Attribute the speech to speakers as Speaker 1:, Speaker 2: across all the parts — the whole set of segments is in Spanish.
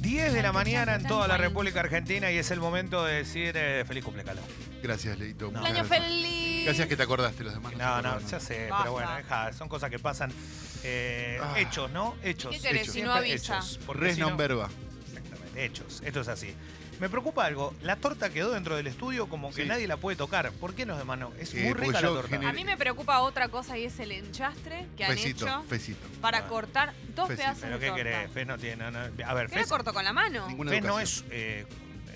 Speaker 1: 10 de la mañana en toda la República Argentina y es el momento de decir eh, feliz cumpleaños.
Speaker 2: Gracias, Leito. muchas
Speaker 3: Cumpleaños
Speaker 2: gracias.
Speaker 3: feliz.
Speaker 2: Gracias que te acordaste, los demás.
Speaker 1: No,
Speaker 2: se
Speaker 1: no,
Speaker 2: acordaron.
Speaker 1: ya sé,
Speaker 3: Basta.
Speaker 1: pero bueno, deja, son cosas que pasan. eh,
Speaker 2: Ah.
Speaker 1: Hechos, ¿no? Hechos.
Speaker 3: ¿Qué querés
Speaker 1: Hechos.
Speaker 3: si no
Speaker 1: Siempre
Speaker 3: avisa?
Speaker 1: Hechos, porque
Speaker 2: Res
Speaker 1: si no-
Speaker 2: non verba.
Speaker 1: Exactamente, hechos. Esto es así. Me preocupa algo. La torta quedó dentro del estudio como que
Speaker 2: Sí.
Speaker 1: nadie la puede tocar. ¿Por qué los demás no? Es
Speaker 2: Sí,
Speaker 1: muy
Speaker 2: porque
Speaker 1: rica la
Speaker 2: yo
Speaker 1: torta.
Speaker 2: generé-
Speaker 3: A mí me preocupa otra cosa y es el enchastre que han
Speaker 2: Besito,
Speaker 3: hecho
Speaker 2: besito.
Speaker 3: para
Speaker 1: Ah.
Speaker 3: cortar dos
Speaker 2: Fecito.
Speaker 3: pedazos
Speaker 1: ¿Pero
Speaker 3: de
Speaker 1: qué
Speaker 3: torta.
Speaker 1: querés? Fez no tiene. no, no. A ver,
Speaker 3: ¿Qué le
Speaker 1: Fez,
Speaker 3: corto con la mano? No
Speaker 2: Ninguna
Speaker 1: Fez no es
Speaker 2: educación.
Speaker 1: eh,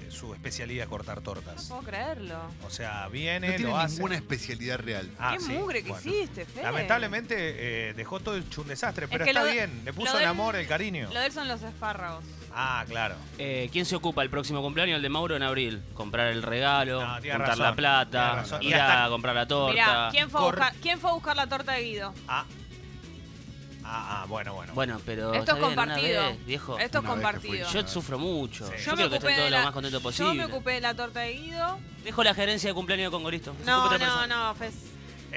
Speaker 1: eh, su especialidad cortar tortas.
Speaker 3: puedo creerlo.
Speaker 1: O sea, viene,
Speaker 2: No
Speaker 1: lo
Speaker 2: tiene
Speaker 1: hace.
Speaker 2: ninguna especialidad real.
Speaker 1: Ah,
Speaker 3: qué
Speaker 1: sí,
Speaker 3: mugre que
Speaker 1: bueno.
Speaker 3: hiciste, Fede.
Speaker 1: Lamentablemente eh, dejó todo hecho un desastre, pero
Speaker 3: que
Speaker 1: está
Speaker 3: lo de-
Speaker 1: bien. Le
Speaker 3: lo
Speaker 1: puso el
Speaker 3: del-
Speaker 1: amor, el cariño.
Speaker 3: Lo de él son los espárragos.
Speaker 1: Ah, claro.
Speaker 4: Eh, ¿Quién se ocupa el próximo cumpleaños? El de Mauro en abril. Comprar el regalo,
Speaker 1: No, tiene razón,
Speaker 4: juntar la
Speaker 1: tiene
Speaker 4: plata,
Speaker 1: razón.
Speaker 4: ir
Speaker 1: Ya está.
Speaker 4: a comprar la torta.
Speaker 3: Mirá, ¿quién fue, a
Speaker 1: Cor-
Speaker 3: buscar, quién fue a buscar la torta de Guido?
Speaker 1: Ah. Ah, ah, bueno, bueno.
Speaker 4: Bueno,
Speaker 3: Esto
Speaker 4: pero.
Speaker 3: es
Speaker 4: está bien, una
Speaker 3: compartido.
Speaker 4: vez, viejo.
Speaker 3: Esto es
Speaker 2: Una vez que
Speaker 3: compartido.
Speaker 2: fui
Speaker 4: Yo sufro mucho.
Speaker 1: Sí.
Speaker 4: Yo,
Speaker 1: Yo
Speaker 4: creo que estoy todo lo más contento posible.
Speaker 3: Yo me ocupé de la torta de Guido.
Speaker 4: Dejo la gerencia de cumpleaños con Goristo. Se ocupa
Speaker 3: No,
Speaker 4: otra
Speaker 3: no,
Speaker 4: persona.
Speaker 3: no, Fez.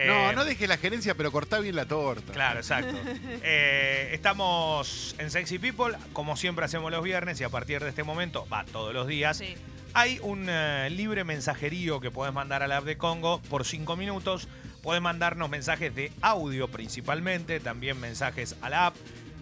Speaker 2: No,
Speaker 1: Eh,
Speaker 2: no dejes la gerencia, pero cortá bien la torta.
Speaker 1: Claro, exacto. Eh, estamos en Sexy People, como siempre hacemos los viernes y a partir de este momento, va todos los días.
Speaker 3: Sí.
Speaker 1: Hay un eh, libre mensajerío que podés mandar a la app de Congo por 5 minutos. Podés mandarnos mensajes de audio principalmente, también mensajes a la app,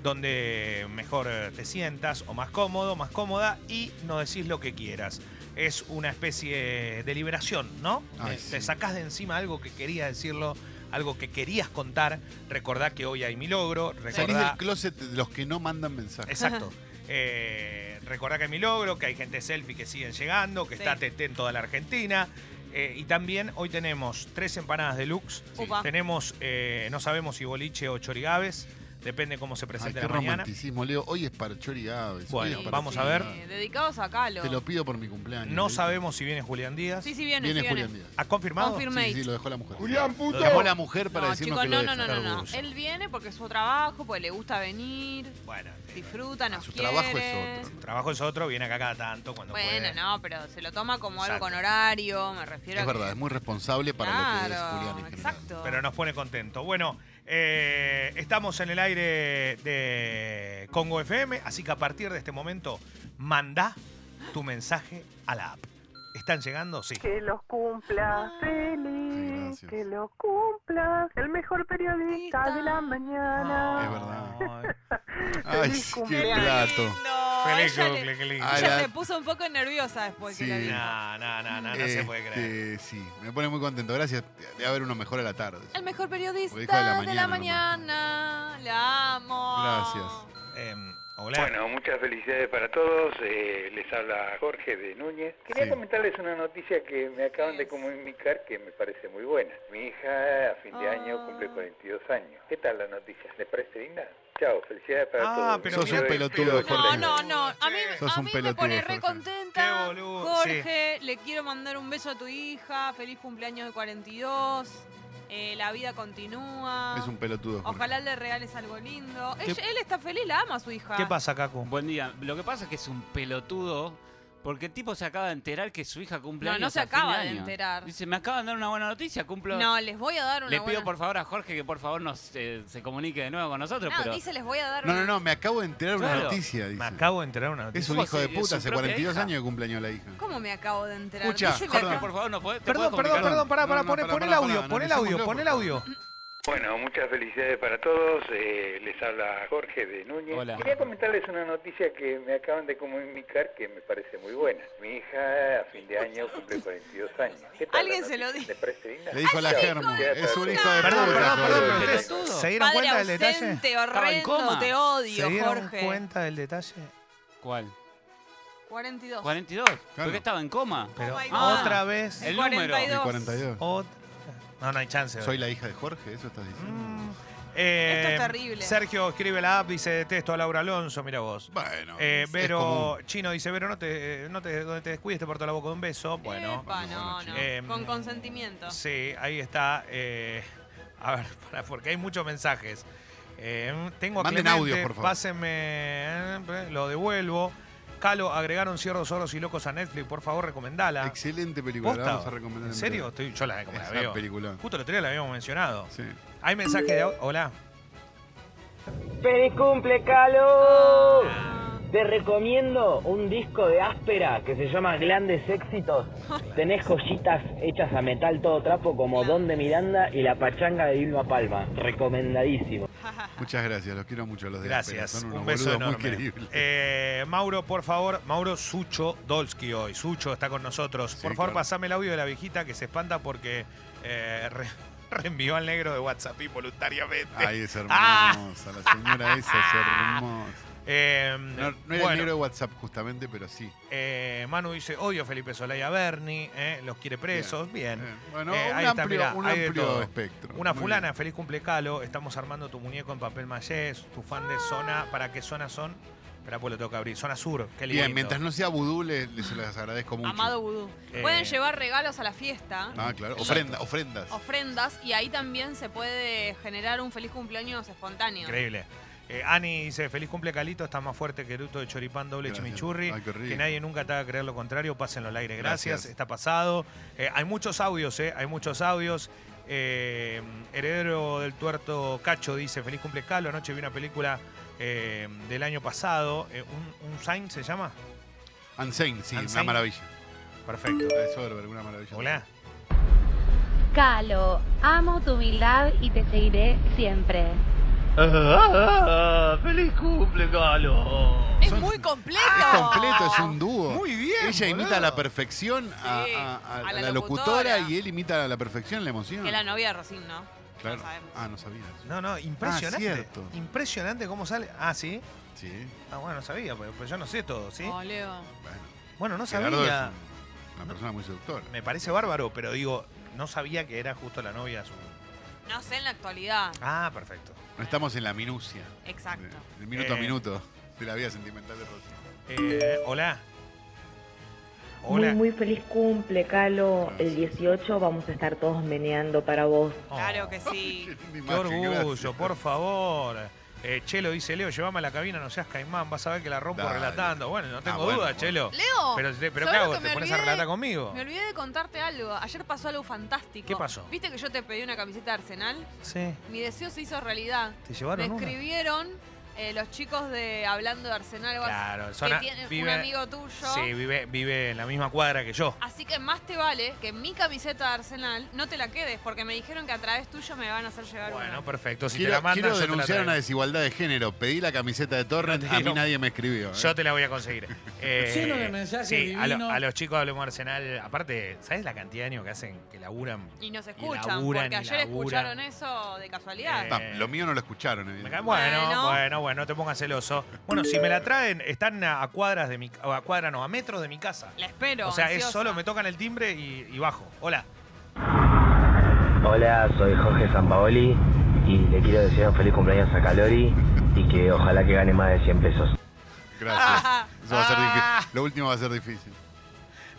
Speaker 1: donde mejor eh, te sientas o más cómodo, más cómoda y nos decís lo que quieras. Es una especie de liberación, ¿no?
Speaker 2: Ay,
Speaker 1: Eh, Te
Speaker 2: sí.
Speaker 1: sacás de encima algo que querías decirlo, algo que querías contar. Recordá que hoy hay mi logro.
Speaker 2: Salís del
Speaker 1: Recordá...
Speaker 2: closet de los que no mandan mensajes.
Speaker 1: Exacto. Eh, recordá que hay mi logro, que hay gente selfie que siguen llegando, que
Speaker 3: Sí.
Speaker 1: está TT en toda la Argentina. Eh, y también hoy tenemos tres empanadas deluxe.
Speaker 3: Sí. Upa.
Speaker 1: Tenemos, eh, no sabemos si boliche o chorigaves, depende cómo se
Speaker 2: Ay,
Speaker 1: presente
Speaker 2: qué
Speaker 1: la mañana.
Speaker 2: romanticismo, Leo. Hoy es para Chori Gávez. hoy
Speaker 1: Bueno,
Speaker 2: es para
Speaker 1: vamos a
Speaker 2: Chori
Speaker 1: ver.
Speaker 3: Eh,
Speaker 2: Gávez.
Speaker 3: Dedicados a Calo.
Speaker 2: Te lo pido por mi cumpleaños.
Speaker 1: No
Speaker 2: Leito.
Speaker 1: sabemos si viene Julián Díaz.
Speaker 3: Sí, sí, viene,
Speaker 2: Viene
Speaker 3: sí,
Speaker 2: Julián
Speaker 3: viene.
Speaker 2: Díaz.
Speaker 1: ¿Ha confirmado?
Speaker 3: Confirmé.
Speaker 2: Sí, sí, lo dejó la mujer.
Speaker 1: puto!
Speaker 2: Lo llamó la mujer para
Speaker 3: No,
Speaker 2: decirnos
Speaker 3: chicos,
Speaker 2: que lo
Speaker 3: no, no, no,
Speaker 2: deja.
Speaker 3: no, no.
Speaker 1: Carlos.
Speaker 3: Él viene porque es su trabajo, porque le gusta venir,
Speaker 1: Bueno, eh,
Speaker 3: disfruta, nos
Speaker 2: Ah, su
Speaker 3: quiere.
Speaker 2: trabajo es otro.
Speaker 1: el trabajo es otro, viene acá cada tanto cuando
Speaker 3: Bueno,
Speaker 1: puede.
Speaker 3: no, pero se lo toma como algo
Speaker 1: Exacto.
Speaker 3: con horario, me refiero
Speaker 2: Es
Speaker 3: a que-
Speaker 2: verdad, es muy responsable para lo que es
Speaker 3: Claro,
Speaker 2: Julián en general.
Speaker 3: exacto.
Speaker 1: Pero nos pone contento. Bueno, eh, estamos en el aire de Congo FM, así que a partir de este momento, mandá tu mensaje a la app. ¿Están llegando? Sí.
Speaker 5: Que los cumpla
Speaker 2: Sí,
Speaker 5: feliz,
Speaker 2: gracias.
Speaker 5: que los cumpla el mejor periodista de la mañana.
Speaker 2: Es verdad.
Speaker 1: Ay,
Speaker 2: Ay,
Speaker 5: Feliz
Speaker 2: qué
Speaker 5: cumpleaños.
Speaker 2: plato.
Speaker 1: Feliz
Speaker 3: ella, le-
Speaker 1: cumple, qué lindo.
Speaker 2: Ay,
Speaker 3: ella
Speaker 2: la-
Speaker 3: se puso un poco nerviosa después que
Speaker 2: Sí.
Speaker 3: la vi.
Speaker 1: No, no, no, Ah, no, no se puede creer.
Speaker 2: Este, Sí, me pone muy contento. Gracias. Debe haber uno mejor a la tarde.
Speaker 3: El mejor
Speaker 2: Porque dijo de
Speaker 3: periodista
Speaker 2: la
Speaker 3: de la
Speaker 2: mañana
Speaker 3: mañana. La amo.
Speaker 2: Gracias.
Speaker 1: Em, hola.
Speaker 6: Bueno, muchas felicidades para todos. Eh, les habla Jorge de Núñez. Quería
Speaker 2: Sí.
Speaker 6: comentarles una noticia que me acaban de comunicar que me parece muy buena. Mi hija a fin de año
Speaker 3: Ah.
Speaker 6: cumple 42 años. ¿Qué tal la noticia? ¿Les parece linda? Chao, felicidades para
Speaker 1: Ah,
Speaker 6: todos.
Speaker 1: pero
Speaker 2: Sos
Speaker 1: mirá-
Speaker 2: un pelotudo,
Speaker 6: Pero-
Speaker 3: No,
Speaker 2: Jorge.
Speaker 3: no, no. A mí,
Speaker 2: Sos
Speaker 3: a
Speaker 2: un
Speaker 3: mí me
Speaker 2: pelotudo,
Speaker 3: pone re
Speaker 2: Jorge.
Speaker 3: contenta.
Speaker 1: Qué boludo,
Speaker 3: Jorge, le quiero mandar un beso a tu hija. Feliz cumpleaños de 42. Eh, la vida continúa.
Speaker 2: Es un pelotudo. Jorge.
Speaker 3: Ojalá le regales algo lindo.
Speaker 7: ¿Qué-
Speaker 3: Ella- él está feliz, la ama a su hija.
Speaker 1: ¿Qué pasa, Cacu?
Speaker 7: Buen día. Lo que pasa es que es un pelotudo porque el tipo se acaba de enterar que su hija cumple
Speaker 3: No, no
Speaker 7: años
Speaker 3: se
Speaker 7: a fin
Speaker 3: acaba de
Speaker 7: año.
Speaker 3: enterar.
Speaker 7: Dice, me acaban de dar una buena noticia, cumplo...
Speaker 3: No, les voy a dar una
Speaker 7: Le pido
Speaker 3: buena-
Speaker 7: por favor a Jorge que por favor nos eh, se comunique de nuevo con nosotros,
Speaker 3: No,
Speaker 7: pero...
Speaker 3: dice les voy a dar
Speaker 2: No,
Speaker 3: una-
Speaker 2: no, no, me acabo de enterar una
Speaker 7: Claro.
Speaker 2: noticia. Dice.
Speaker 1: Me acabo de enterar una
Speaker 2: Es
Speaker 1: noticia.
Speaker 2: un hijo de
Speaker 7: Es su
Speaker 2: puta, hace
Speaker 7: propia
Speaker 2: 42
Speaker 7: hija.
Speaker 2: años de cumpleaños la hija.
Speaker 3: ¿Cómo me acabo de enterar?
Speaker 2: Escuchá,
Speaker 3: Dice, me
Speaker 2: Jorge,
Speaker 3: acaba-
Speaker 7: Por favor, ¿nos podés, te
Speaker 1: Perdón,
Speaker 7: puedes
Speaker 1: perdón,
Speaker 7: comunicar?
Speaker 1: perdón, pará,
Speaker 2: No,
Speaker 1: pará,
Speaker 2: no,
Speaker 1: pon,
Speaker 2: pará,
Speaker 1: pon el
Speaker 2: pará,
Speaker 1: audio,
Speaker 2: pará,
Speaker 1: pon
Speaker 2: no,
Speaker 1: el
Speaker 2: no
Speaker 1: audio,
Speaker 2: seamos
Speaker 1: pon el
Speaker 2: locos.
Speaker 1: audio.
Speaker 6: Bueno, muchas felicidades para todos. Eh, les habla Jorge de Núñez.
Speaker 7: Hola.
Speaker 6: Quería comentarles una noticia que me acaban de comunicar que me parece muy buena. Mi hija a fin de año cumple 42 años. ¿Qué tal
Speaker 3: Alguien
Speaker 6: la
Speaker 3: se lo dijo.
Speaker 6: noticia? ¿Les parece linda?
Speaker 2: Le dijo la
Speaker 6: Chao,
Speaker 2: Germu.
Speaker 6: felicidades
Speaker 2: Es
Speaker 6: para
Speaker 2: un
Speaker 6: todos.
Speaker 2: hijo de
Speaker 1: Perdón,
Speaker 2: puta.
Speaker 1: perdón, perdón,
Speaker 2: Jorge.
Speaker 1: pero ustedes se dieron
Speaker 3: Padre
Speaker 1: cuenta del detalle.
Speaker 3: ausente,
Speaker 7: en
Speaker 3: horrendo,
Speaker 7: coma.
Speaker 3: te
Speaker 1: ¿Se
Speaker 3: odio,
Speaker 1: dieron
Speaker 3: Jorge.
Speaker 1: cuenta del detalle?
Speaker 7: ¿Cuál?
Speaker 3: 42.
Speaker 7: 42.
Speaker 2: Claro.
Speaker 7: Porque estaba en coma.
Speaker 1: Pero
Speaker 3: Oh my God.
Speaker 1: otra vez.
Speaker 7: El
Speaker 2: El
Speaker 3: 42.
Speaker 2: 42.
Speaker 1: Otra- No, no hay chance.
Speaker 2: Soy la hija de Jorge, eso estás diciendo.
Speaker 1: Mm. Eh,
Speaker 3: Esto es terrible.
Speaker 1: Sergio escribe la app, dice detesto a Laura Alonso, mira vos.
Speaker 2: Bueno,
Speaker 1: Eh,
Speaker 2: es
Speaker 1: Vero,
Speaker 2: común.
Speaker 1: Chino dice, Vero, no te, eh, no te, donde te descuides, te parto la boca de un beso. Bueno.
Speaker 3: Epa, no, no.
Speaker 1: Eh,
Speaker 3: Con consentimiento.
Speaker 1: Sí, ahí está. eh, a ver, pará, porque hay muchos mensajes. Eh, tengo a
Speaker 2: Manden
Speaker 1: Clemente,
Speaker 2: audios, por favor.
Speaker 1: Pásenme, eh, lo devuelvo. Calo, agregaron cierros oros y locos a Netflix, por favor, recomendala.
Speaker 2: Excelente película. la
Speaker 1: Posta.
Speaker 2: vamos a recomendar.
Speaker 1: ¿En
Speaker 2: en
Speaker 1: serio?
Speaker 2: breve.
Speaker 1: Estoy, yo la, como la
Speaker 2: Esa
Speaker 1: veo.
Speaker 2: película.
Speaker 1: Justo el otro día la habíamos mencionado.
Speaker 2: Sí.
Speaker 1: Hay mensaje de... au- Hola.
Speaker 8: ¡Feliz cumple, Calo! Te recomiendo un disco de áspera que se llama Grandes Éxitos. Tenés joyitas hechas a metal todo trapo como Don de Miranda y La Pachanga de Vilma Palma. Recomendadísimo.
Speaker 2: Muchas gracias, los quiero mucho a los de Aspera,
Speaker 1: Gracias.
Speaker 2: Son unos
Speaker 1: Un beso
Speaker 2: boludos muy
Speaker 1: enorme.
Speaker 2: queribles.
Speaker 1: Eh, Mauro, por favor, Mauro Sucho Dolski hoy. Sucho está con nosotros.
Speaker 2: Sí,
Speaker 1: por favor,
Speaker 2: claro.
Speaker 1: pasame el audio de la viejita que se espanta porque eh, re- reenvió al negro de WhatsApp voluntariamente.
Speaker 2: Ay, es hermosa,
Speaker 1: Ah.
Speaker 2: la señora esa es hermosa.
Speaker 1: Eh,
Speaker 2: No, no era el
Speaker 1: bueno,
Speaker 2: negro de WhatsApp justamente, pero sí.
Speaker 1: eh, Manu dice, odio a Felipe Solaya Berni, eh, los quiere presos. Bien.
Speaker 2: Eh, Bueno,
Speaker 1: Eh,
Speaker 2: un
Speaker 1: ahí está,
Speaker 2: amplio,
Speaker 1: mirá,
Speaker 2: un
Speaker 1: hay de todo.
Speaker 2: amplio espectro.
Speaker 1: Una
Speaker 2: Muy
Speaker 1: fulana,
Speaker 2: bien.
Speaker 1: feliz cumple Calo. Estamos armando tu muñeco en papel mallé. Tu fan de zona. ¿Para qué zona son? Espera, pues lo tengo que abrir. Zona sur. Qué lindo.
Speaker 2: Bien, mientras no sea vudú, les, les se las agradezco mucho.
Speaker 3: Amado Vudú.
Speaker 1: Eh.
Speaker 3: Pueden llevar regalos a la fiesta,
Speaker 2: Ah, claro. Ofrenda, ofrendas.
Speaker 3: ofrendas, y ahí también se puede generar un feliz cumpleaños espontáneo.
Speaker 1: Increíble. Eh, Ani dice, feliz cumple Calito, estás más fuerte que Eruto de Choripán doble
Speaker 2: Gracias.
Speaker 1: chimichurri.
Speaker 2: Ay, qué rico.
Speaker 1: que nadie nunca te haga creer lo contrario, pásenlo al aire. Gracias,
Speaker 2: Gracias.
Speaker 1: está pasado. Eh, hay muchos audios, eh, hay muchos audios. Eh, heredero del tuerto Cacho dice, feliz cumple Calo, anoche vi una película eh, del año pasado. Eh, un, ¿Un Saint se llama?
Speaker 2: Ansein, sí, una
Speaker 1: Ansein.
Speaker 2: maravilla.
Speaker 1: Perfecto.
Speaker 2: Ah, Es Soderbergh, una maravilla.
Speaker 1: Hola.
Speaker 9: Calo, amo tu humildad y te seguiré siempre.
Speaker 8: ¡Feliz cumple, Galo!
Speaker 3: Es
Speaker 2: Son-
Speaker 3: muy completo.
Speaker 2: Es completo, es un dúo.
Speaker 1: Muy bien,
Speaker 2: Ella imita a la perfección a,
Speaker 3: Sí,
Speaker 2: a- a-
Speaker 3: a
Speaker 2: a
Speaker 3: la
Speaker 2: la,
Speaker 3: locutora.
Speaker 2: locutora y él imita a la perfección la emoción.
Speaker 3: Que la novia de Rocín, ¿no?
Speaker 2: Claro.
Speaker 3: No sabemos.
Speaker 2: ah, no sabía eso.
Speaker 1: No, no, impresionante.
Speaker 2: cierto.
Speaker 1: impresionante cómo sale. Ah, sí.
Speaker 2: Sí,
Speaker 1: Ah, bueno, no sabía, pero, pero yo no sé todo, ¿sí?
Speaker 3: Oh, Leo.
Speaker 2: bueno.
Speaker 1: Bueno, no
Speaker 2: Gerardo es
Speaker 1: sabía.
Speaker 2: un- una persona muy seductora.
Speaker 1: Me parece bárbaro, pero digo, no sabía que era justo la novia su.
Speaker 3: No sé en la actualidad.
Speaker 1: Ah, perfecto.
Speaker 2: No estamos en la minucia.
Speaker 3: Exacto.
Speaker 2: de- El minuto a
Speaker 1: Eh.
Speaker 2: minuto de la vida sentimental de Rosy.
Speaker 1: Eh, hola. Hola.
Speaker 10: Muy, muy feliz cumple, Calo.
Speaker 2: Gracias.
Speaker 10: El 18 vamos a estar todos meneando para vos.
Speaker 1: Oh,
Speaker 3: Claro que sí.
Speaker 2: Qué linda
Speaker 1: Qué
Speaker 2: imagen,
Speaker 1: orgullo,
Speaker 2: gracias.
Speaker 1: por favor. Eh, Chelo dice, Leo, llévame a la cabina, no seas caimán, vas a ver que la rompo
Speaker 2: Dale.
Speaker 1: relatando. Bueno, no tengo
Speaker 2: Ah, bueno,
Speaker 1: duda,
Speaker 2: bueno.
Speaker 1: Chelo.
Speaker 3: Leo,
Speaker 1: Pero, te- pero ¿qué
Speaker 3: ¿sabés lo
Speaker 1: hago?
Speaker 3: que
Speaker 1: ¿Te
Speaker 3: me
Speaker 1: pones a
Speaker 3: olvidé?
Speaker 1: relatar conmigo?
Speaker 3: me olvidé de contarte algo. Ayer pasó algo fantástico.
Speaker 1: ¿Qué pasó?
Speaker 3: ¿Viste que yo te pedí una camiseta de Arsenal?
Speaker 1: Sí,
Speaker 3: Mi deseo se hizo realidad.
Speaker 1: te
Speaker 3: Me
Speaker 1: llevaron una.
Speaker 3: escribieron eh, los chicos de Hablando de Arsenal. vas-
Speaker 1: Claro,
Speaker 3: que
Speaker 1: zona-
Speaker 3: tiene
Speaker 1: vive,
Speaker 3: un amigo tuyo.
Speaker 1: Sí, vive, vive en la misma cuadra que yo.
Speaker 3: Así que más te vale que mi camiseta de Arsenal no te la quedes, porque me dijeron que a través tuyo me van a hacer llegar
Speaker 1: Bueno,
Speaker 3: una.
Speaker 1: perfecto. Si
Speaker 2: quiero,
Speaker 1: te la mandan,
Speaker 2: quiero
Speaker 1: yo te la
Speaker 2: denunciar
Speaker 1: traigo.
Speaker 2: una desigualdad de género. Pedí la camiseta de Torrent,
Speaker 1: No te
Speaker 2: a mí
Speaker 1: digo-
Speaker 2: nadie me escribió. ¿eh?
Speaker 1: Yo te la voy a conseguir. Eh,
Speaker 11: Lleno de mensajes
Speaker 1: sí, a, lo-
Speaker 11: divinos.
Speaker 1: a los chicos de Hablemos Arsenal, aparte, ¿sabes la cantidad de años que hacen que laburan?
Speaker 3: Y nos
Speaker 1: Y
Speaker 3: escuchan,
Speaker 1: laburan,
Speaker 3: porque
Speaker 1: y
Speaker 3: ayer
Speaker 1: laburan.
Speaker 3: escucharon eso de casualidad.
Speaker 1: Eh,
Speaker 2: No, Ah, lo mío no lo escucharon.
Speaker 1: Me
Speaker 2: evidentemente.
Speaker 1: caen- bueno,
Speaker 3: Bueno.
Speaker 1: bueno, bueno, no te pongas celoso. Bueno, si me la traen, están a, a cuadras de mi ca- a cuadras no, a metros de mi casa.
Speaker 3: la espero.
Speaker 1: o sea, es
Speaker 3: ansiosa.
Speaker 1: solo me tocan el timbre y, y bajo. Hola.
Speaker 8: Hola, soy Jorge Sampaoli y le quiero decir un feliz cumpleaños a Calori y que ojalá que gane más de 100 pesos.
Speaker 2: Gracias. Eso va a ser
Speaker 1: Ah.
Speaker 2: difícil. Lo último va a ser difícil.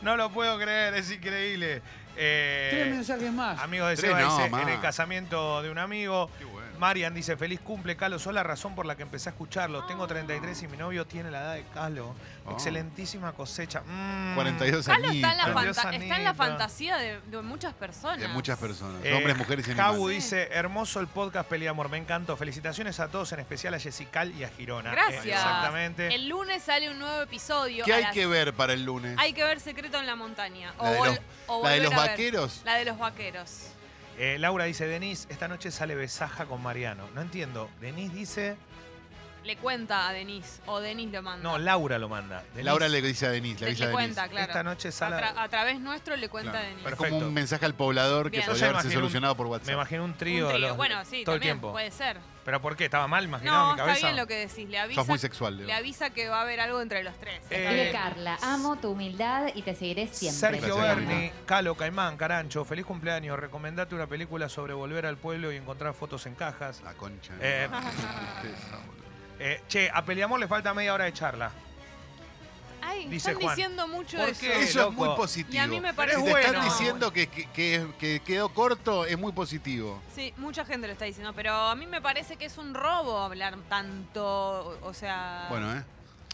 Speaker 1: No lo puedo creer, es increíble. Eh,
Speaker 11: Tres mensajes más.
Speaker 1: Amigos de
Speaker 2: Tres
Speaker 1: Seba
Speaker 2: no,
Speaker 1: dice,
Speaker 2: más.
Speaker 1: en el casamiento de un amigo.
Speaker 2: Qué bueno.
Speaker 1: Marian dice, feliz cumple, Calo. Sos la razón por la que empecé a escucharlo. Tengo 33 y mi novio tiene la edad de Calo.
Speaker 2: Oh.
Speaker 1: Excelentísima cosecha. Mm.
Speaker 2: 42
Speaker 3: Carlos está en la,
Speaker 1: Dios
Speaker 2: añitos.
Speaker 3: fanta-
Speaker 1: sanito.
Speaker 3: está en la fantasía de, de muchas personas.
Speaker 2: De muchas personas.
Speaker 1: Eh,
Speaker 2: hombres, mujeres y
Speaker 1: Jabu
Speaker 2: animales.
Speaker 1: dice, hermoso el podcast Peliamor, me encantó. Felicitaciones a todos, en especial a Jessica y a Girona.
Speaker 3: Gracias.
Speaker 1: Eh, Exactamente.
Speaker 3: El lunes sale un nuevo episodio.
Speaker 2: ¿Qué
Speaker 3: a
Speaker 2: hay
Speaker 3: las-
Speaker 2: que ver para el lunes?
Speaker 3: Hay que ver Secreto en la Montaña. O
Speaker 2: La de
Speaker 3: vol-
Speaker 2: los-
Speaker 3: o
Speaker 2: la de
Speaker 3: volver
Speaker 2: los
Speaker 3: a ver.
Speaker 2: vaqueros.
Speaker 3: La de los vaqueros.
Speaker 1: Eh, Laura dice, Denise, esta noche sale Besaja con Mariano. No entiendo. Denise dice...
Speaker 3: Le cuenta a Denise. O Denise lo manda.
Speaker 1: No, Laura lo manda. Denise,
Speaker 2: Laura le dice a Denise,
Speaker 3: le,
Speaker 2: le
Speaker 3: le
Speaker 2: avisa a Denise.
Speaker 3: cuenta, Ah, claro.
Speaker 1: Esta noche
Speaker 3: a,
Speaker 1: sale...
Speaker 3: tra- a través nuestro le cuenta a
Speaker 2: Claro.
Speaker 3: Denise.
Speaker 2: Es
Speaker 1: Perfecto.
Speaker 2: como un mensaje al poblador
Speaker 3: Bien.
Speaker 2: que
Speaker 3: Yo
Speaker 1: ya
Speaker 2: podría haberse
Speaker 1: imagino un-
Speaker 2: solucionado por
Speaker 1: Me
Speaker 2: WhatsApp.
Speaker 1: imaginé un
Speaker 3: Un
Speaker 1: trío.
Speaker 3: trío,
Speaker 1: los-
Speaker 3: bueno, sí,
Speaker 1: todo el
Speaker 3: también
Speaker 1: tiempo.
Speaker 3: puede ser.
Speaker 1: Pero ¿por qué? Estaba mal imaginado en
Speaker 3: No,
Speaker 1: mi
Speaker 3: está
Speaker 1: cabeza.
Speaker 3: bien lo que decís. Le avisa,
Speaker 2: Sos muy sexual, Leo.
Speaker 3: le avisa que va a haber algo entre los tres.
Speaker 1: Eh,
Speaker 3: Está bien.
Speaker 9: Carla, amo tu humildad y te seguiré siempre.
Speaker 1: Sergio
Speaker 2: Gracias,
Speaker 1: Berni, Calo, Caimán, Carancho, feliz cumpleaños. Recomendate una película sobre volver al pueblo y encontrar fotos en cajas.
Speaker 2: La concha.
Speaker 1: Eh.
Speaker 2: no, qué tristeza, boludo.
Speaker 1: Eh, che, a Peliamor le falta media hora de charla.
Speaker 3: Ay,
Speaker 1: Dice
Speaker 3: están
Speaker 1: Juan.
Speaker 3: diciendo mucho
Speaker 1: ¿Por
Speaker 3: de eso.
Speaker 1: qué?
Speaker 2: Eso
Speaker 1: Eh, loco.
Speaker 2: es muy positivo.
Speaker 3: Y a mí me
Speaker 2: Si
Speaker 3: parece
Speaker 2: te están
Speaker 3: bueno.
Speaker 2: diciendo que, que- que- que quedó corto, es muy positivo.
Speaker 3: Sí, mucha gente lo está diciendo, pero a mí me parece que es un robo hablar tanto, o sea...
Speaker 2: Bueno, ¿eh?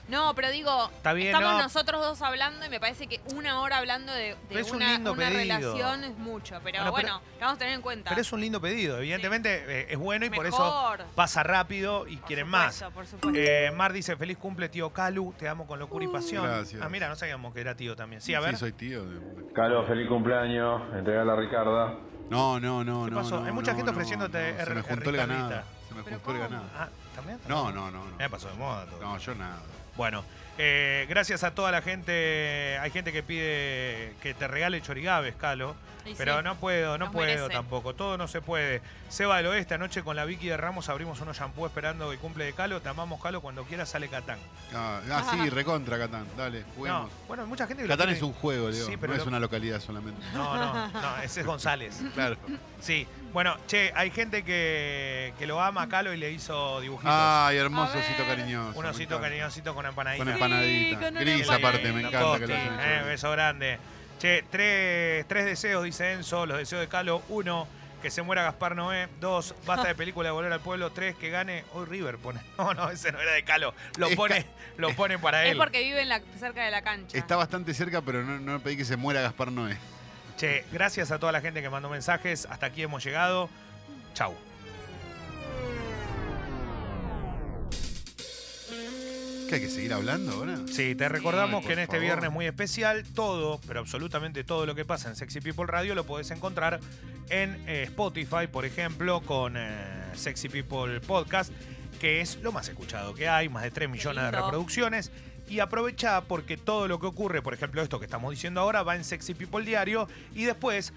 Speaker 3: No, pero digo,
Speaker 1: Está bien,
Speaker 3: estamos
Speaker 1: no.
Speaker 3: nosotros dos hablando y me parece que una hora hablando de, de
Speaker 1: Es un
Speaker 3: una,
Speaker 1: lindo
Speaker 3: una
Speaker 1: pedido.
Speaker 3: relación es mucho. Pero
Speaker 1: Bueno, pero-
Speaker 3: bueno, la vamos a tener en cuenta.
Speaker 1: Pero es un lindo pedido, evidentemente eh, es bueno y por eso
Speaker 3: Mejor.
Speaker 1: pasa rápido y quieren más.
Speaker 3: Por supuesto.
Speaker 1: Eh, Mar dice, feliz cumple, tío Calu, te amo con locura y pasión.
Speaker 2: Uh, Gracias.
Speaker 1: Ah, mira, no sabíamos que era tío también. Sí, a ver.
Speaker 2: Sí, soy tío. de-
Speaker 11: Calo, feliz cumpleaños. Entregala a Ricarda.
Speaker 2: No, no, no,
Speaker 1: ¿Qué
Speaker 2: no.
Speaker 1: pasó?
Speaker 2: no,
Speaker 1: Hay mucha
Speaker 2: no,
Speaker 1: gente
Speaker 2: no,
Speaker 1: ofreciéndote
Speaker 2: no, Se
Speaker 1: R-
Speaker 2: me juntó el
Speaker 1: Ricardita.
Speaker 2: ganado. Se me
Speaker 3: ¿Pero
Speaker 2: juntó el
Speaker 3: cómo?
Speaker 2: ganado.
Speaker 1: Ah, ¿también?
Speaker 2: No, no, no. No,
Speaker 1: Me pasó de moda todo.
Speaker 2: no yo nada.
Speaker 1: Bueno, eh, gracias a toda la gente. Hay gente que pide que te regale chorigabes, Calo.
Speaker 3: Y
Speaker 1: Pero
Speaker 3: sí.
Speaker 1: no puedo, no
Speaker 3: Los
Speaker 1: puedo
Speaker 3: merece.
Speaker 1: tampoco. Todo no se puede. Seba del Oeste, anoche con la Vicky de Ramos abrimos unos shampoo esperando que cumple de Calo. Te amamos, Calo. Cuando quieras sale Catán.
Speaker 2: Ah, ah, sí, recontra Catán. Dale,
Speaker 1: No,
Speaker 2: juguemos.
Speaker 1: bueno, hay mucha gente que lo
Speaker 2: Catán
Speaker 1: pide-
Speaker 2: es un juego, Leo.
Speaker 1: Sí, pero
Speaker 2: no es
Speaker 1: lo-
Speaker 2: una localidad solamente.
Speaker 1: No, no, no, ese es González.
Speaker 2: Claro.
Speaker 1: Sí. Bueno, che, hay gente que, que lo ama a Calo y le hizo dibujitos.
Speaker 2: Ay, hermoso
Speaker 3: A
Speaker 2: osito
Speaker 3: ver.
Speaker 2: cariñoso.
Speaker 1: un
Speaker 2: me
Speaker 1: osito
Speaker 2: encanta.
Speaker 1: cariñosito con
Speaker 2: Con
Speaker 1: empanadita.
Speaker 2: empanadita.
Speaker 3: con una
Speaker 2: Gris
Speaker 3: empanadita.
Speaker 2: aparte, me
Speaker 1: La
Speaker 2: encanta que lo
Speaker 1: posti,
Speaker 2: hayan hecho.
Speaker 1: eh,
Speaker 2: gris.
Speaker 1: beso grande. Che, tres, tres deseos, dice Enzo. Los deseos de Calo. Uno, que se muera Gaspar Noé. Dos, basta de película de volver al pueblo. Tres, que gane. Hoy River pone. No, no, ese no era de Calo. Lo
Speaker 2: Es
Speaker 1: pone, lo pone para
Speaker 3: es
Speaker 1: él.
Speaker 3: porque vive en la- cerca de la
Speaker 1: eh.
Speaker 3: cancha.
Speaker 2: Está bastante cerca, pero no, no pedí que se muera Gaspar Noé.
Speaker 1: Che, gracias a toda la gente que mandó mensajes. Hasta aquí hemos llegado. Chau.
Speaker 2: ¿Qué hay que seguir hablando ahora?
Speaker 1: Sí, te recordamos
Speaker 2: Ay,
Speaker 1: que en
Speaker 2: por
Speaker 1: este
Speaker 2: favor.
Speaker 1: viernes muy especial, todo, pero absolutamente todo lo que pasa en Sexy People Radio lo podés encontrar en eh, Spotify, por ejemplo, con eh, Sexy People Podcast, que es lo más escuchado que hay, más de 3 millones de
Speaker 3: lindo.
Speaker 1: reproducciones. Y aprovecha porque todo lo que ocurre, por ejemplo, esto que estamos diciendo ahora, va en Sexy People Diario y después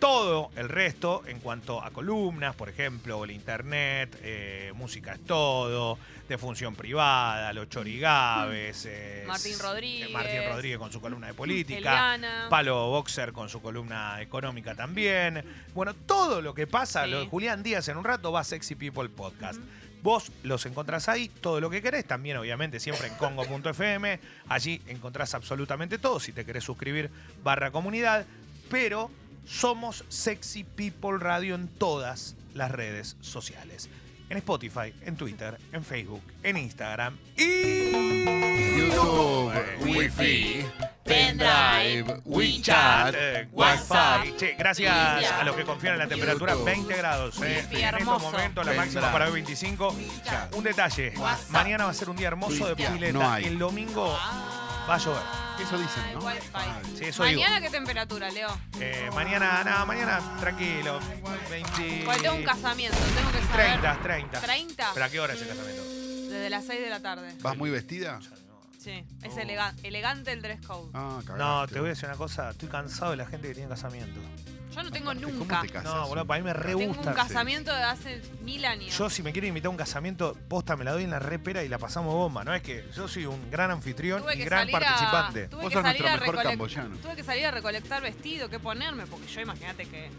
Speaker 1: todo el resto en cuanto a columnas, por ejemplo, el internet, eh, música es todo, de función privada, los chorigaves, eh,
Speaker 3: Martín
Speaker 1: eh,
Speaker 3: Rodríguez.
Speaker 1: Martín Rodríguez con su columna de política,
Speaker 3: Eliana.
Speaker 1: Palo Boxer con su columna económica también. Bueno, todo lo que pasa,
Speaker 3: Sí.
Speaker 1: lo de Julián Díaz en un rato va a Sexy People Podcast. Vos los encontrás ahí, todo lo que querés, también obviamente siempre en congo.fm, allí encontrás absolutamente todo, si te querés suscribir barra comunidad, pero somos Sexy People Radio en todas las redes sociales, en Spotify, en Twitter, en Facebook, en Instagram y...
Speaker 2: YouTube, Eh, Wi-Fi, Pendrive, WeChat,
Speaker 1: Eh,
Speaker 2: WhatsApp.
Speaker 1: Che, gracias
Speaker 3: Media.
Speaker 1: a los que confían en la temperatura,
Speaker 2: YouTube.
Speaker 1: 20 grados. eh.
Speaker 3: Wifi,
Speaker 1: En estos
Speaker 3: hermoso.
Speaker 1: momentos, la
Speaker 2: Vendrá.
Speaker 1: máxima para hoy 25. Un detalle:
Speaker 3: WhatsApp.
Speaker 1: mañana va a ser un día hermoso de
Speaker 2: Media.
Speaker 1: pileta.
Speaker 2: No hay.
Speaker 1: El domingo va a llover.
Speaker 2: Eso dicen,
Speaker 3: Ay,
Speaker 2: ¿no?
Speaker 3: Wi-Fi.
Speaker 2: Ay.
Speaker 1: Sí, eso
Speaker 3: ¿Mañana qué temperatura, Leo?
Speaker 1: digo. Eh, mañana, nada, mañana tranquilo. 20.
Speaker 3: Porque tengo un casamiento, tengo que saber.
Speaker 1: 30, 30.
Speaker 3: 30.
Speaker 1: ¿Pero a qué hora es el casamiento?
Speaker 3: Desde las 6 de la tarde.
Speaker 2: ¿Vas muy vestida?
Speaker 3: Sí, es elega- elegante el dress code.
Speaker 2: Ah, cagaste.
Speaker 1: No, te voy a decir una cosa. Estoy cansado de la gente que tiene casamiento.
Speaker 3: Yo no tengo
Speaker 2: Aparte, ¿cómo
Speaker 3: nunca.
Speaker 2: te casas?
Speaker 1: No, boludo, para mí me re
Speaker 3: Tengo
Speaker 1: gusta.
Speaker 3: un casamiento de hace mil años.
Speaker 1: Yo si me quieren invitar a un casamiento, posta, me la doy en la repera y la pasamos bomba, ¿no? Es que yo soy un gran anfitrión
Speaker 3: tuve
Speaker 1: y
Speaker 3: que
Speaker 1: gran
Speaker 3: salir
Speaker 1: participante.
Speaker 3: a tuve
Speaker 2: Vos
Speaker 3: que
Speaker 2: sos
Speaker 3: salir
Speaker 2: nuestro
Speaker 3: a
Speaker 2: mejor
Speaker 3: recolec-
Speaker 2: camboyano.
Speaker 3: tuve que salir a recolectar vestido, qué ponerme, porque yo imagínate que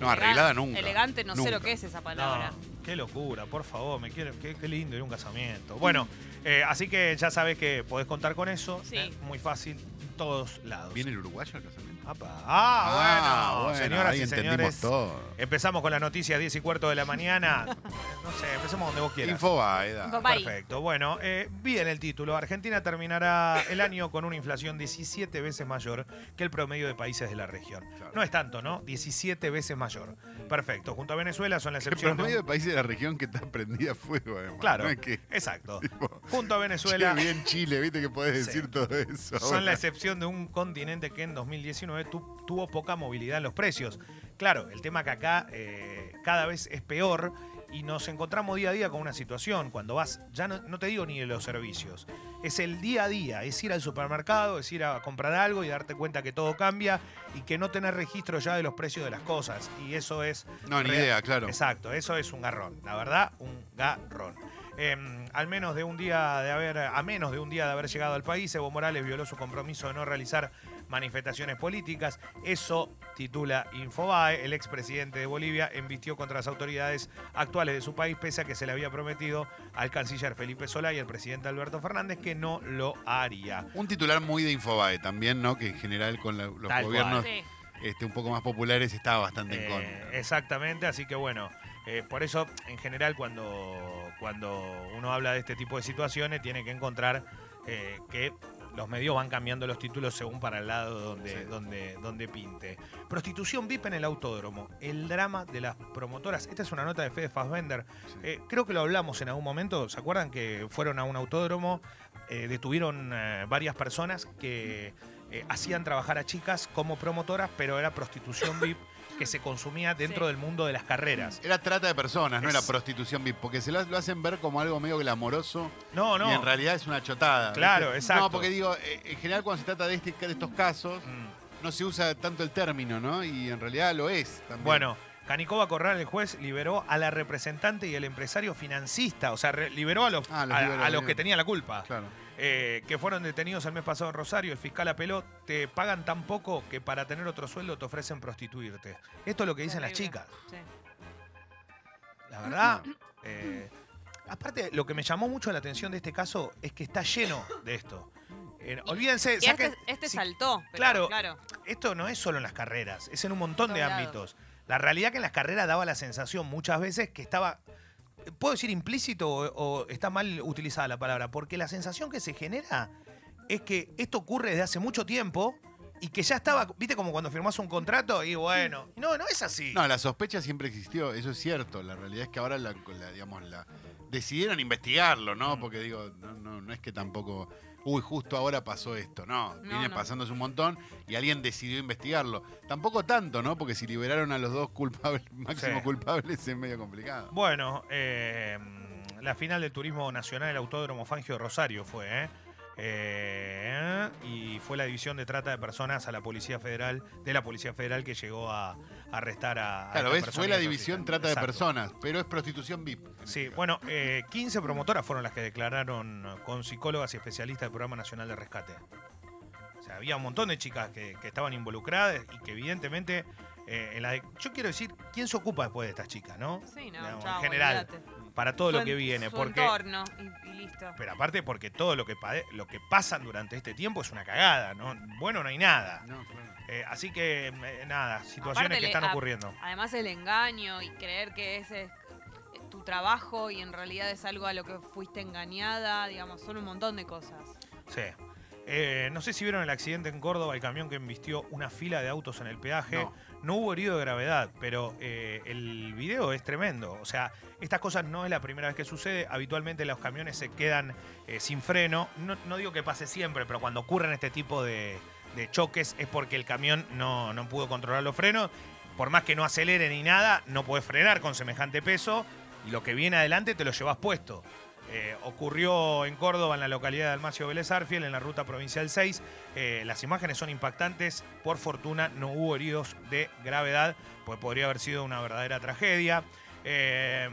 Speaker 2: No, arreglada nunca.
Speaker 3: elegante no sé lo
Speaker 2: Nunca.
Speaker 3: que es esa palabra.
Speaker 1: No, qué locura, por favor, me quiero, qué, qué lindo ir a un casamiento. Bueno, eh, así que ya sabes que podés contar con eso,
Speaker 3: Sí.
Speaker 1: ¿eh? muy fácil, en todos lados.
Speaker 2: ¿Viene el uruguayo al casamiento?
Speaker 1: Apa. Ah, bueno, señoras
Speaker 2: ahí
Speaker 1: y
Speaker 2: entendimos
Speaker 1: señores.
Speaker 2: todo.
Speaker 1: Empezamos con las noticias 10 y cuarto de la mañana. No sé, empecemos donde vos quieras.
Speaker 2: Infobaeda.
Speaker 3: Papá. Bye.
Speaker 1: Perfecto. Bueno, eh, bien el título. Argentina terminará el año con una inflación 17 veces mayor que el promedio de países de la región.
Speaker 2: Claro.
Speaker 1: No es tanto, ¿no? 17 veces mayor. Perfecto. Junto a Venezuela son la
Speaker 2: El
Speaker 1: excepción. de un-
Speaker 2: promedio de países de la región que está prendida a fuego, además.
Speaker 1: Claro.
Speaker 2: No es que,
Speaker 1: Exacto.
Speaker 2: tipo,
Speaker 1: Junto a Venezuela
Speaker 2: che, bien Chile, viste que podés
Speaker 1: Sí.
Speaker 2: decir todo eso.
Speaker 1: son la
Speaker 2: ahora.
Speaker 1: excepción de un continente que en 2019 tu- tuvo poca movilidad en los precios. Claro, el tema que acá eh, cada vez es peor y nos encontramos día a día con una situación cuando vas, ya no, no te digo ni de los servicios, es el día a día, es ir al supermercado, es ir a comprar algo y darte cuenta que todo cambia y que no tenés registro ya de los precios de las cosas y eso es
Speaker 2: No, ni
Speaker 1: Real.
Speaker 2: idea, claro.
Speaker 1: Exacto, eso es un garrón, la verdad, un garrón. Eh, al menos de un día de haber, a menos de un día de haber llegado al país, Evo Morales violó su compromiso de no realizar manifestaciones políticas. Eso titula Infobae. El expresidente de Bolivia embistió contra las autoridades actuales de su país, pese a que se le había prometido al canciller Felipe Solá y al presidente Alberto Fernández que no lo haría.
Speaker 2: Un titular muy de Infobae también, ¿no? Que en general con la- los
Speaker 1: Tal
Speaker 2: gobiernos
Speaker 3: Sí.
Speaker 2: este, un poco más populares estaba bastante en
Speaker 1: Eh,
Speaker 2: contra.
Speaker 1: exactamente, así que bueno, eh, por eso en general cuando, cuando uno habla de este tipo de situaciones tiene que encontrar eh, que los medios van cambiando los títulos según para el lado donde, donde, donde pinte. Prostitución VIP en el autódromo. El drama de las promotoras. Esta es una nota de Fede Fassbender. Eh, creo que lo hablamos en algún momento. ¿Se acuerdan que fueron a un autódromo? eh, detuvieron eh, varias personas que eh, hacían trabajar a chicas como promotoras, pero era prostitución VIP que se consumía dentro del mundo de las carreras.
Speaker 2: Era trata de personas, no
Speaker 1: Es-
Speaker 2: era prostitución VIP, porque se lo, lo hacen ver como algo medio glamoroso.
Speaker 1: No, no.
Speaker 2: Y en realidad es una chotada.
Speaker 1: Claro,
Speaker 2: ¿viste?
Speaker 1: exacto.
Speaker 2: No, porque digo, eh, en general cuando se trata de, este- de estos
Speaker 1: Mm.
Speaker 2: casos, no se usa tanto el término, ¿no? Y en realidad lo es también.
Speaker 1: Bueno, Canicoba Corral, el juez, liberó a la representante y el empresario financista, o sea, re- liberó a los,
Speaker 2: Ah, los
Speaker 1: a-
Speaker 2: liberó,
Speaker 1: a los
Speaker 2: bien.
Speaker 1: que tenían la culpa.
Speaker 2: Claro.
Speaker 1: eh, que fueron detenidos el mes pasado en Rosario, el fiscal apeló, te pagan tan poco que para tener otro sueldo te ofrecen prostituirte. Esto es lo que dicen las
Speaker 3: Terrible.
Speaker 1: chicas.
Speaker 3: Sí.
Speaker 1: La verdad, eh, aparte, lo que me llamó mucho la atención de este caso es que está lleno de esto. Eh, olvídense,
Speaker 3: Y
Speaker 1: saquen-
Speaker 3: este, este
Speaker 1: si-
Speaker 3: saltó. pero
Speaker 1: claro.
Speaker 3: claro.
Speaker 1: esto no es solo en las carreras, es en un montón
Speaker 3: Todos
Speaker 1: de
Speaker 3: lados.
Speaker 1: ámbitos. La realidad que en las carreras daba la sensación muchas veces que estaba, puedo decir implícito o, o está mal utilizada la palabra, porque la sensación que se genera es que esto ocurre desde hace mucho tiempo y que ya estaba, viste como cuando firmás un contrato y bueno,
Speaker 3: Mm.
Speaker 1: no, no es así.
Speaker 2: No, la sospecha siempre existió, eso es cierto. La realidad es que ahora la, la- digamos, la decidieron investigarlo, ¿no?
Speaker 3: Mm.
Speaker 2: Porque digo, no, no, no es que tampoco, uy, justo ahora pasó esto, no,
Speaker 3: No,
Speaker 2: viene
Speaker 3: no.
Speaker 2: pasándose un montón y alguien decidió investigarlo. Tampoco tanto, ¿no? Porque si liberaron a los dos culpables, máximos
Speaker 1: Sí.
Speaker 2: culpables es medio complicado.
Speaker 1: Bueno, eh, la final del turismo nacional, el Autódromo Fangio de Rosario fue, ¿eh? Eh, y fue la división de trata de personas a la Policía Federal, de la Policía Federal que llegó a, a arrestar a.
Speaker 3: Ah,
Speaker 1: a
Speaker 2: Claro,
Speaker 1: esta
Speaker 2: ves,
Speaker 1: persona
Speaker 2: fue
Speaker 1: y
Speaker 2: la
Speaker 1: a su
Speaker 3: eh,
Speaker 2: división
Speaker 1: asistente.
Speaker 2: trata de
Speaker 1: Exacto.
Speaker 2: personas, pero es prostitución VIP. en
Speaker 1: Sí,
Speaker 2: este caso.
Speaker 1: bueno, eh, 15 promotoras fueron las que declararon eh, con psicólogas y especialistas del Programa Nacional de Rescate. O sea, había un montón de chicas que, que estaban involucradas y que evidentemente... eh, en la de- yo quiero decir, ¿quién se ocupa después de estas chicas, no?
Speaker 3: Sí, no,
Speaker 1: Digamos,
Speaker 3: chao,
Speaker 1: en general,
Speaker 3: olvídate.
Speaker 1: para todo lo
Speaker 3: Su
Speaker 1: que
Speaker 3: en-
Speaker 1: viene.
Speaker 3: su
Speaker 1: Porque,
Speaker 3: entorno y, y listo.
Speaker 1: pero aparte porque todo lo que, pade- lo que pasan durante este tiempo es una cagada, ¿no? Bueno, no hay nada.
Speaker 2: No, claro.
Speaker 1: Eh, así que, eh, nada, situaciones
Speaker 3: Aparte
Speaker 1: que
Speaker 3: le-
Speaker 1: están
Speaker 3: a-
Speaker 1: ocurriendo.
Speaker 3: Además el engaño y creer que ese es eh, tu trabajo y en realidad es algo a lo que fuiste engañada, digamos, son un montón de cosas.
Speaker 1: Sí. Eh, no sé si vieron el accidente en Córdoba, el camión que embistió una fila de autos en el peaje. No,
Speaker 2: No.
Speaker 1: hubo herido de gravedad, pero eh, el video es tremendo. O sea, estas cosas no es la primera vez que sucede. Habitualmente los camiones se quedan eh, sin freno. No, no digo que pase siempre, pero cuando ocurren este tipo de, de choques es porque el camión no, no pudo controlar los frenos. Por más que no acelere ni nada, no puede frenar con semejante peso y lo que viene adelante te lo llevas puesto. Eh, ocurrió en Córdoba, en la localidad de Almacio Vélez Arfiel, en la ruta provincial 6. Eh, las imágenes son impactantes. Por fortuna no hubo heridos de gravedad, pues podría haber sido una verdadera tragedia. Eh,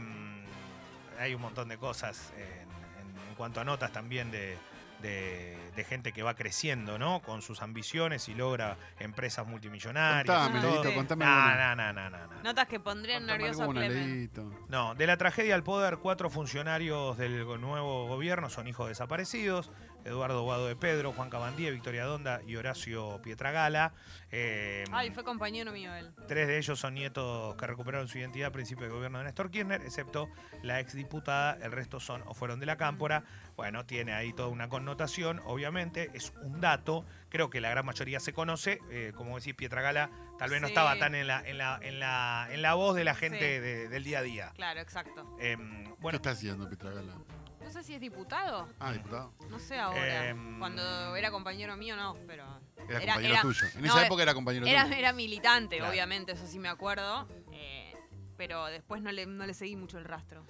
Speaker 1: hay un montón de cosas en, en- en cuanto a notas también de, de- de gente que va creciendo, ¿no? Con sus ambiciones y logra empresas multimillonarias. y
Speaker 2: Contame,
Speaker 1: todo.
Speaker 2: Leito, contame
Speaker 1: Nah,
Speaker 2: alguna.
Speaker 1: nah, nah, nah, nah, nah.
Speaker 3: Notas que pondrían
Speaker 2: Contame
Speaker 3: nervioso a
Speaker 2: alguna,
Speaker 3: Clemen.
Speaker 2: Leito.
Speaker 1: No, de la tragedia al poder, cuatro funcionarios del go- nuevo gobierno son hijos desaparecidos. Eduardo Guado de Pedro, Juan Cabandía, Victoria Donda y Horacio Pietragala. Eh,
Speaker 3: Ay, fue compañero mío él.
Speaker 1: Tres de ellos son nietos que recuperaron su identidad a principio del gobierno de Néstor Kirchner, excepto la exdiputada, el resto son o fueron de la Cámpora. Bueno, tiene ahí toda una connotación, obviamente, es un dato, creo que la gran mayoría se conoce, eh, como decís, Pietragala tal vez no
Speaker 3: Sí.
Speaker 1: estaba tan en la, en la, en la, en la voz de la gente
Speaker 3: Sí.
Speaker 1: de- del día a día.
Speaker 3: Claro, exacto.
Speaker 1: Em,
Speaker 2: ¿Qué
Speaker 1: bueno,
Speaker 2: está haciendo Pietragala?
Speaker 3: No sé si es diputado,
Speaker 2: Ah, diputado.
Speaker 3: no sé ahora.
Speaker 1: Em.
Speaker 3: Cuando era compañero mío, no, pero...
Speaker 2: Era,
Speaker 3: Era-
Speaker 2: compañero
Speaker 3: era-
Speaker 2: tuyo. En
Speaker 3: no,
Speaker 2: esa
Speaker 3: eh,
Speaker 2: época era compañero
Speaker 3: Era,
Speaker 2: tuyo.
Speaker 3: era militante,
Speaker 1: Claro.
Speaker 3: obviamente, eso sí me acuerdo. eh, pero después no le, no le seguí mucho el rastro.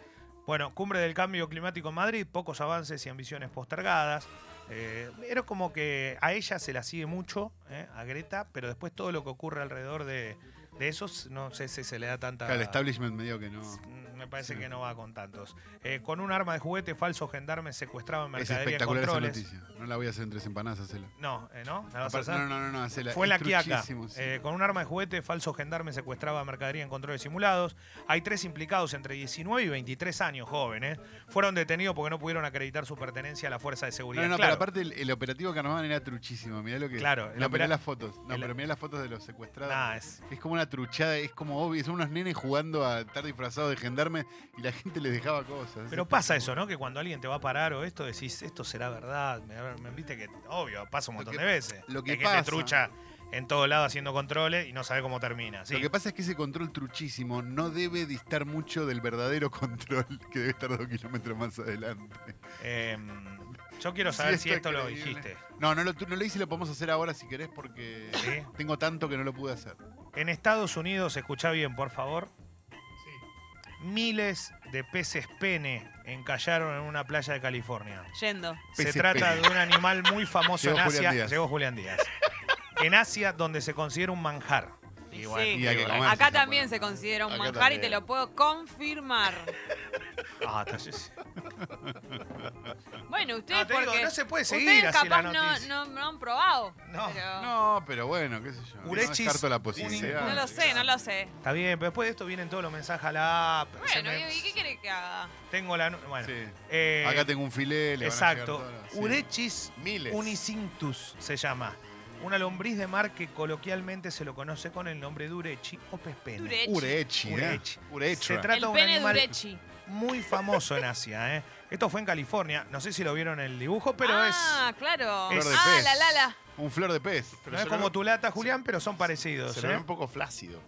Speaker 1: Bueno, cumbre del cambio climático en Madrid, pocos avances y ambiciones postergadas. Eh, era como que a ella se la sigue mucho, ¿eh? a Greta, pero después todo lo que ocurre alrededor de, de esos, no sé si se le da tanta...
Speaker 2: Claro, el establishment medio que no.
Speaker 1: Mm, Me parece
Speaker 2: Sí.
Speaker 1: que no va con tantos. Eh, con un arma de juguete, falsos gendarmes secuestraban
Speaker 2: Es
Speaker 1: mercadería en
Speaker 2: espectacular esa
Speaker 1: controles.
Speaker 2: noticia. No la voy a hacer en tres empanadas, hacela.
Speaker 1: No, eh, ¿no? ¿La vas a
Speaker 2: Aparte-
Speaker 1: hacer?
Speaker 2: No, no, no, no, hacela.
Speaker 1: Fue en la
Speaker 2: Es
Speaker 1: Quiaca.
Speaker 2: truchísimo, sí.
Speaker 1: Eh, con un arma de juguete, falso gendarme secuestraba mercadería en controles simulados. Hay tres implicados entre 19 y 23 años, jóvenes. Fueron detenidos porque no pudieron acreditar su pertenencia a la fuerza de
Speaker 2: no,
Speaker 1: seguridad.
Speaker 2: no, no, pero
Speaker 1: claro,
Speaker 2: aparte el, el operativo que armaban era truchísimo. Mirá lo que.
Speaker 1: Claro, el
Speaker 2: no,
Speaker 1: opera-
Speaker 2: mirá las fotos. No,
Speaker 1: el-
Speaker 2: pero mirá las fotos de los secuestrados.
Speaker 1: nada, es-
Speaker 2: Es como una truchada, es como obvio. Son unos nenes jugando a estar disfrazados de ayudarme y la gente le dejaba cosas.
Speaker 1: Pero pasa eso, ¿no? Que cuando alguien te va a parar o esto, decís, esto será verdad. Me, me- viste que, obvio, pasa un montón
Speaker 2: que-
Speaker 1: de veces.
Speaker 2: lo que
Speaker 1: Hay
Speaker 2: pasa-
Speaker 1: gente trucha en todo lado haciendo controles y no sabe cómo termina. ¿sí?
Speaker 2: Lo que pasa es que ese control truchísimo no debe distar mucho del verdadero control que debe estar dos kilómetros más adelante.
Speaker 1: Em, yo quiero
Speaker 2: Sí,
Speaker 1: saber si esto
Speaker 2: esto es
Speaker 1: lo
Speaker 2: creíble.
Speaker 1: dijiste.
Speaker 2: No, no lo, tu- no lo hice, lo podemos hacer ahora si querés porque
Speaker 1: ¿Sí?
Speaker 2: tengo tanto que no lo pude hacer.
Speaker 1: En Estados Unidos, escucha bien, por favor. Miles de peces pene encallaron en una playa de California.
Speaker 3: Yendo.
Speaker 1: Se
Speaker 2: Peces
Speaker 1: trata
Speaker 2: pene.
Speaker 1: de un animal muy famoso
Speaker 2: Llegó
Speaker 1: en
Speaker 2: Julián
Speaker 1: Asia.
Speaker 2: Díaz.
Speaker 1: Llegó Julián Díaz. En Asia, donde se considera un manjar.
Speaker 3: Y
Speaker 1: bueno,
Speaker 3: sí.
Speaker 2: y hay que
Speaker 1: bueno.
Speaker 2: comer.
Speaker 3: Acá también se considera un
Speaker 2: Acá
Speaker 3: manjar y te
Speaker 2: también.
Speaker 3: lo puedo confirmar.
Speaker 1: Ah, está- sí, sí.
Speaker 3: Bueno, ustedes
Speaker 1: No, te digo,
Speaker 3: porque
Speaker 1: no se puede seguir
Speaker 3: ustedes
Speaker 1: así la
Speaker 3: capaz no,
Speaker 1: noticia.
Speaker 3: no, no han probado.
Speaker 1: No.
Speaker 3: pero- no.
Speaker 2: No, pero bueno, qué sé yo.
Speaker 1: Urechis,
Speaker 2: no descarto la
Speaker 1: un-
Speaker 2: posibilidad.
Speaker 3: lo sé, no lo sé.
Speaker 1: Está bien, pero después de esto vienen todos los mensajes a la app. Se
Speaker 3: Bueno,
Speaker 1: me-
Speaker 3: ¿y qué quiere que haga?
Speaker 1: Tengo la. nu- Bueno.
Speaker 2: Sí.
Speaker 1: eh,
Speaker 2: Acá tengo un filé, le van a
Speaker 1: Exacto.
Speaker 2: llegar todas las- sí.
Speaker 1: Urechis
Speaker 2: Miles.
Speaker 1: unicintus se llama. Una lombriz de mar que coloquialmente se lo conoce con el nombre de urechi o pespene.
Speaker 3: Durechi.
Speaker 2: Urechi, ¿eh?
Speaker 1: Urechi.
Speaker 2: Urechi.
Speaker 1: Se trata
Speaker 3: el
Speaker 1: de un
Speaker 3: pene
Speaker 1: animal-
Speaker 3: durechi.
Speaker 1: Muy famoso en Asia, ¿eh? Esto fue en California. No sé si lo vieron en el dibujo, pero es.
Speaker 3: ah, claro.
Speaker 1: es-
Speaker 3: ah,
Speaker 2: pez.
Speaker 3: la lala.
Speaker 2: Un flor de pez.
Speaker 1: no es como tu lata, Julián, pero son parecidos.
Speaker 12: Se lo ve
Speaker 1: ¿eh?
Speaker 12: un poco flácido.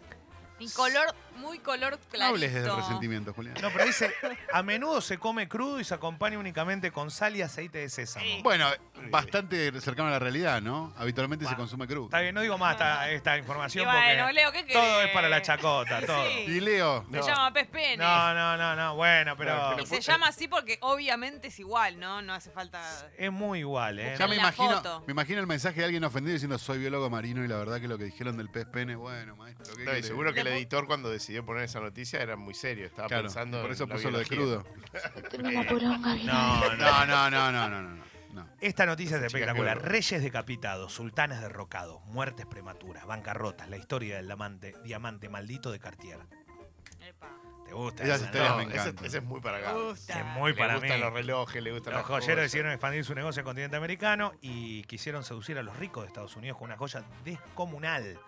Speaker 3: Y color, muy color
Speaker 2: No
Speaker 3: clarito.
Speaker 2: hables de resentimiento, Julián.
Speaker 1: No, pero dice, a menudo se come crudo y se acompaña únicamente con sal y aceite de sésamo.
Speaker 3: Sí.
Speaker 2: Bueno, bastante cercano a la realidad, ¿no? Habitualmente
Speaker 1: Bah.
Speaker 2: se consume crudo.
Speaker 1: Está bien, no digo más esta, esta
Speaker 3: Y
Speaker 1: información
Speaker 3: bueno,
Speaker 1: porque
Speaker 3: Leo, ¿qué querés?
Speaker 1: todo es para la chacota, todo.
Speaker 3: Sí.
Speaker 2: Y Leo,
Speaker 3: Se
Speaker 12: No.
Speaker 3: llama pez pene.
Speaker 1: No, no, no, no, bueno, pero
Speaker 3: y se llama así porque obviamente es igual, ¿no? No hace falta...
Speaker 1: es muy igual, ¿eh?
Speaker 2: ya me
Speaker 3: la
Speaker 2: imagino,
Speaker 3: foto.
Speaker 2: me imagino el mensaje de alguien ofendido diciendo soy biólogo marino y la verdad que lo que dijeron del pez pene, bueno, maestro, ¿qué
Speaker 12: No, y
Speaker 2: querés?
Speaker 12: seguro que el
Speaker 3: Le-
Speaker 12: editor cuando decidió poner esa noticia era muy serio. Estaba
Speaker 2: Claro,
Speaker 12: pensando
Speaker 2: por
Speaker 12: en
Speaker 2: eso
Speaker 12: la
Speaker 2: puso lo de
Speaker 12: biología.
Speaker 2: crudo.
Speaker 9: Tenemos
Speaker 10: Eh,
Speaker 9: poronga,
Speaker 1: No, no.
Speaker 2: No, no, no, no, no, no. no.
Speaker 1: Esta noticia es
Speaker 12: Esa chica
Speaker 1: espectacular.
Speaker 12: que-
Speaker 1: Reyes decapitados, sultanas derrocados, muertes prematuras, bancarrotas, la historia del diamante, diamante maldito de Cartier.
Speaker 3: Epa.
Speaker 1: ¿Te gusta?
Speaker 2: Esas
Speaker 1: esa,
Speaker 2: historias
Speaker 1: no?
Speaker 2: me
Speaker 12: No, ese,
Speaker 2: encantan.
Speaker 12: ese es muy para acá.
Speaker 3: Me gusta.
Speaker 1: Es muy para
Speaker 12: le gustan
Speaker 1: mí.
Speaker 12: los relojes, le gustan
Speaker 1: Los
Speaker 12: las
Speaker 1: joyeros
Speaker 2: eh.
Speaker 12: cosas.
Speaker 1: decidieron expandir su negocio al continente americano y quisieron seducir a los ricos de Estados Unidos con una joya descomunal.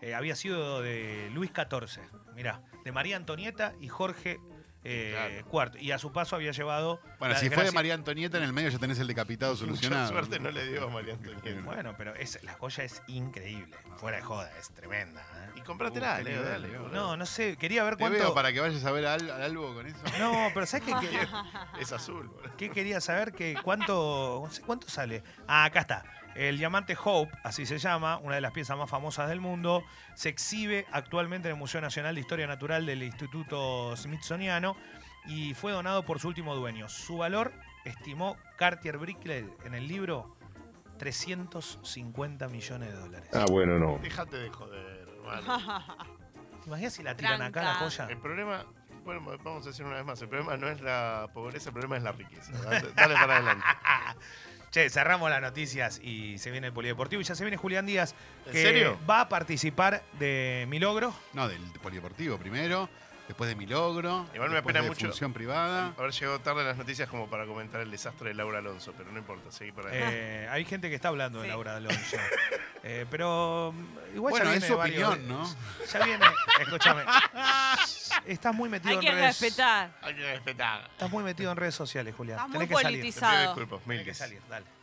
Speaker 1: Eh, había sido de Luis XIV, mirá, de María Antonieta y Jorge eh, IV. Y a su paso había llevado.
Speaker 2: Bueno,
Speaker 1: la
Speaker 2: si fue de
Speaker 1: desgracia-
Speaker 2: María Antonieta en el medio ya tenés el decapitado
Speaker 12: Mucha
Speaker 2: solucionado.
Speaker 12: suerte no le dio a María Antonieta.
Speaker 1: Bueno, pero es, la joya es increíble. Fuera de joda, es tremenda. ¿eh?
Speaker 12: Y cómpratela,
Speaker 2: Uh, qué
Speaker 12: Leo,
Speaker 2: nivel,
Speaker 12: dale.
Speaker 2: Leo.
Speaker 12: boludo.
Speaker 1: No, no sé, quería ver
Speaker 2: Te
Speaker 1: cuánto.
Speaker 2: veo para que vayas a ver al, al algo con eso.
Speaker 1: No, pero ¿sabes qué? Que-
Speaker 12: Es azul, boludo.
Speaker 1: ¿Qué quería saber? Que cuánto, no sé cuánto sale? Ah, acá está. El diamante Hope, así se llama, una de las piezas más famosas del mundo, se exhibe actualmente en el Museo Nacional de Historia Natural del Instituto Smithsoniano y fue donado por su último dueño. Su valor estimó Cartier Brickley en el libro 350 millones de dólares.
Speaker 11: Ah, bueno, no.
Speaker 12: Déjate de joder, hermano.
Speaker 1: ¿Te imaginas si la tiran
Speaker 3: Tranca.
Speaker 1: acá la joya?
Speaker 12: El problema, bueno, vamos a decir una vez más, el problema no es la pobreza, el problema es la riqueza. Dale, dale para adelante.
Speaker 1: Che, cerramos las noticias y se viene el polideportivo y ya se viene Julián Díaz.
Speaker 12: ¿En
Speaker 1: que
Speaker 12: serio?
Speaker 1: Va a participar de mi logro.
Speaker 2: No, del polideportivo primero, después de mi logro,
Speaker 12: Igual me
Speaker 2: después
Speaker 12: apena
Speaker 2: de
Speaker 12: mucho-
Speaker 2: función privada.
Speaker 12: Haber llegado tarde las noticias como para comentar el desastre de Laura Alonso, pero no importa, seguí para adelante.
Speaker 1: Eh, hay gente que está hablando de
Speaker 3: Sí.
Speaker 1: Laura Alonso. Eh, pero mm, igual
Speaker 2: Bueno,
Speaker 1: ya
Speaker 2: es
Speaker 1: viene
Speaker 2: su
Speaker 1: varios-
Speaker 2: opinión, ¿no?
Speaker 1: Ya viene, escúchame. Estás muy metido
Speaker 3: Hay que
Speaker 1: en redes.
Speaker 3: respetar.
Speaker 12: Hay que respetar.
Speaker 1: Estás muy metido en redes sociales, Julián.
Speaker 3: Estás muy
Speaker 1: Tenés que salir.
Speaker 12: Te pido
Speaker 3: politizado.
Speaker 12: disculpas,
Speaker 1: Tenés que
Speaker 12: mil.
Speaker 1: salir, dale.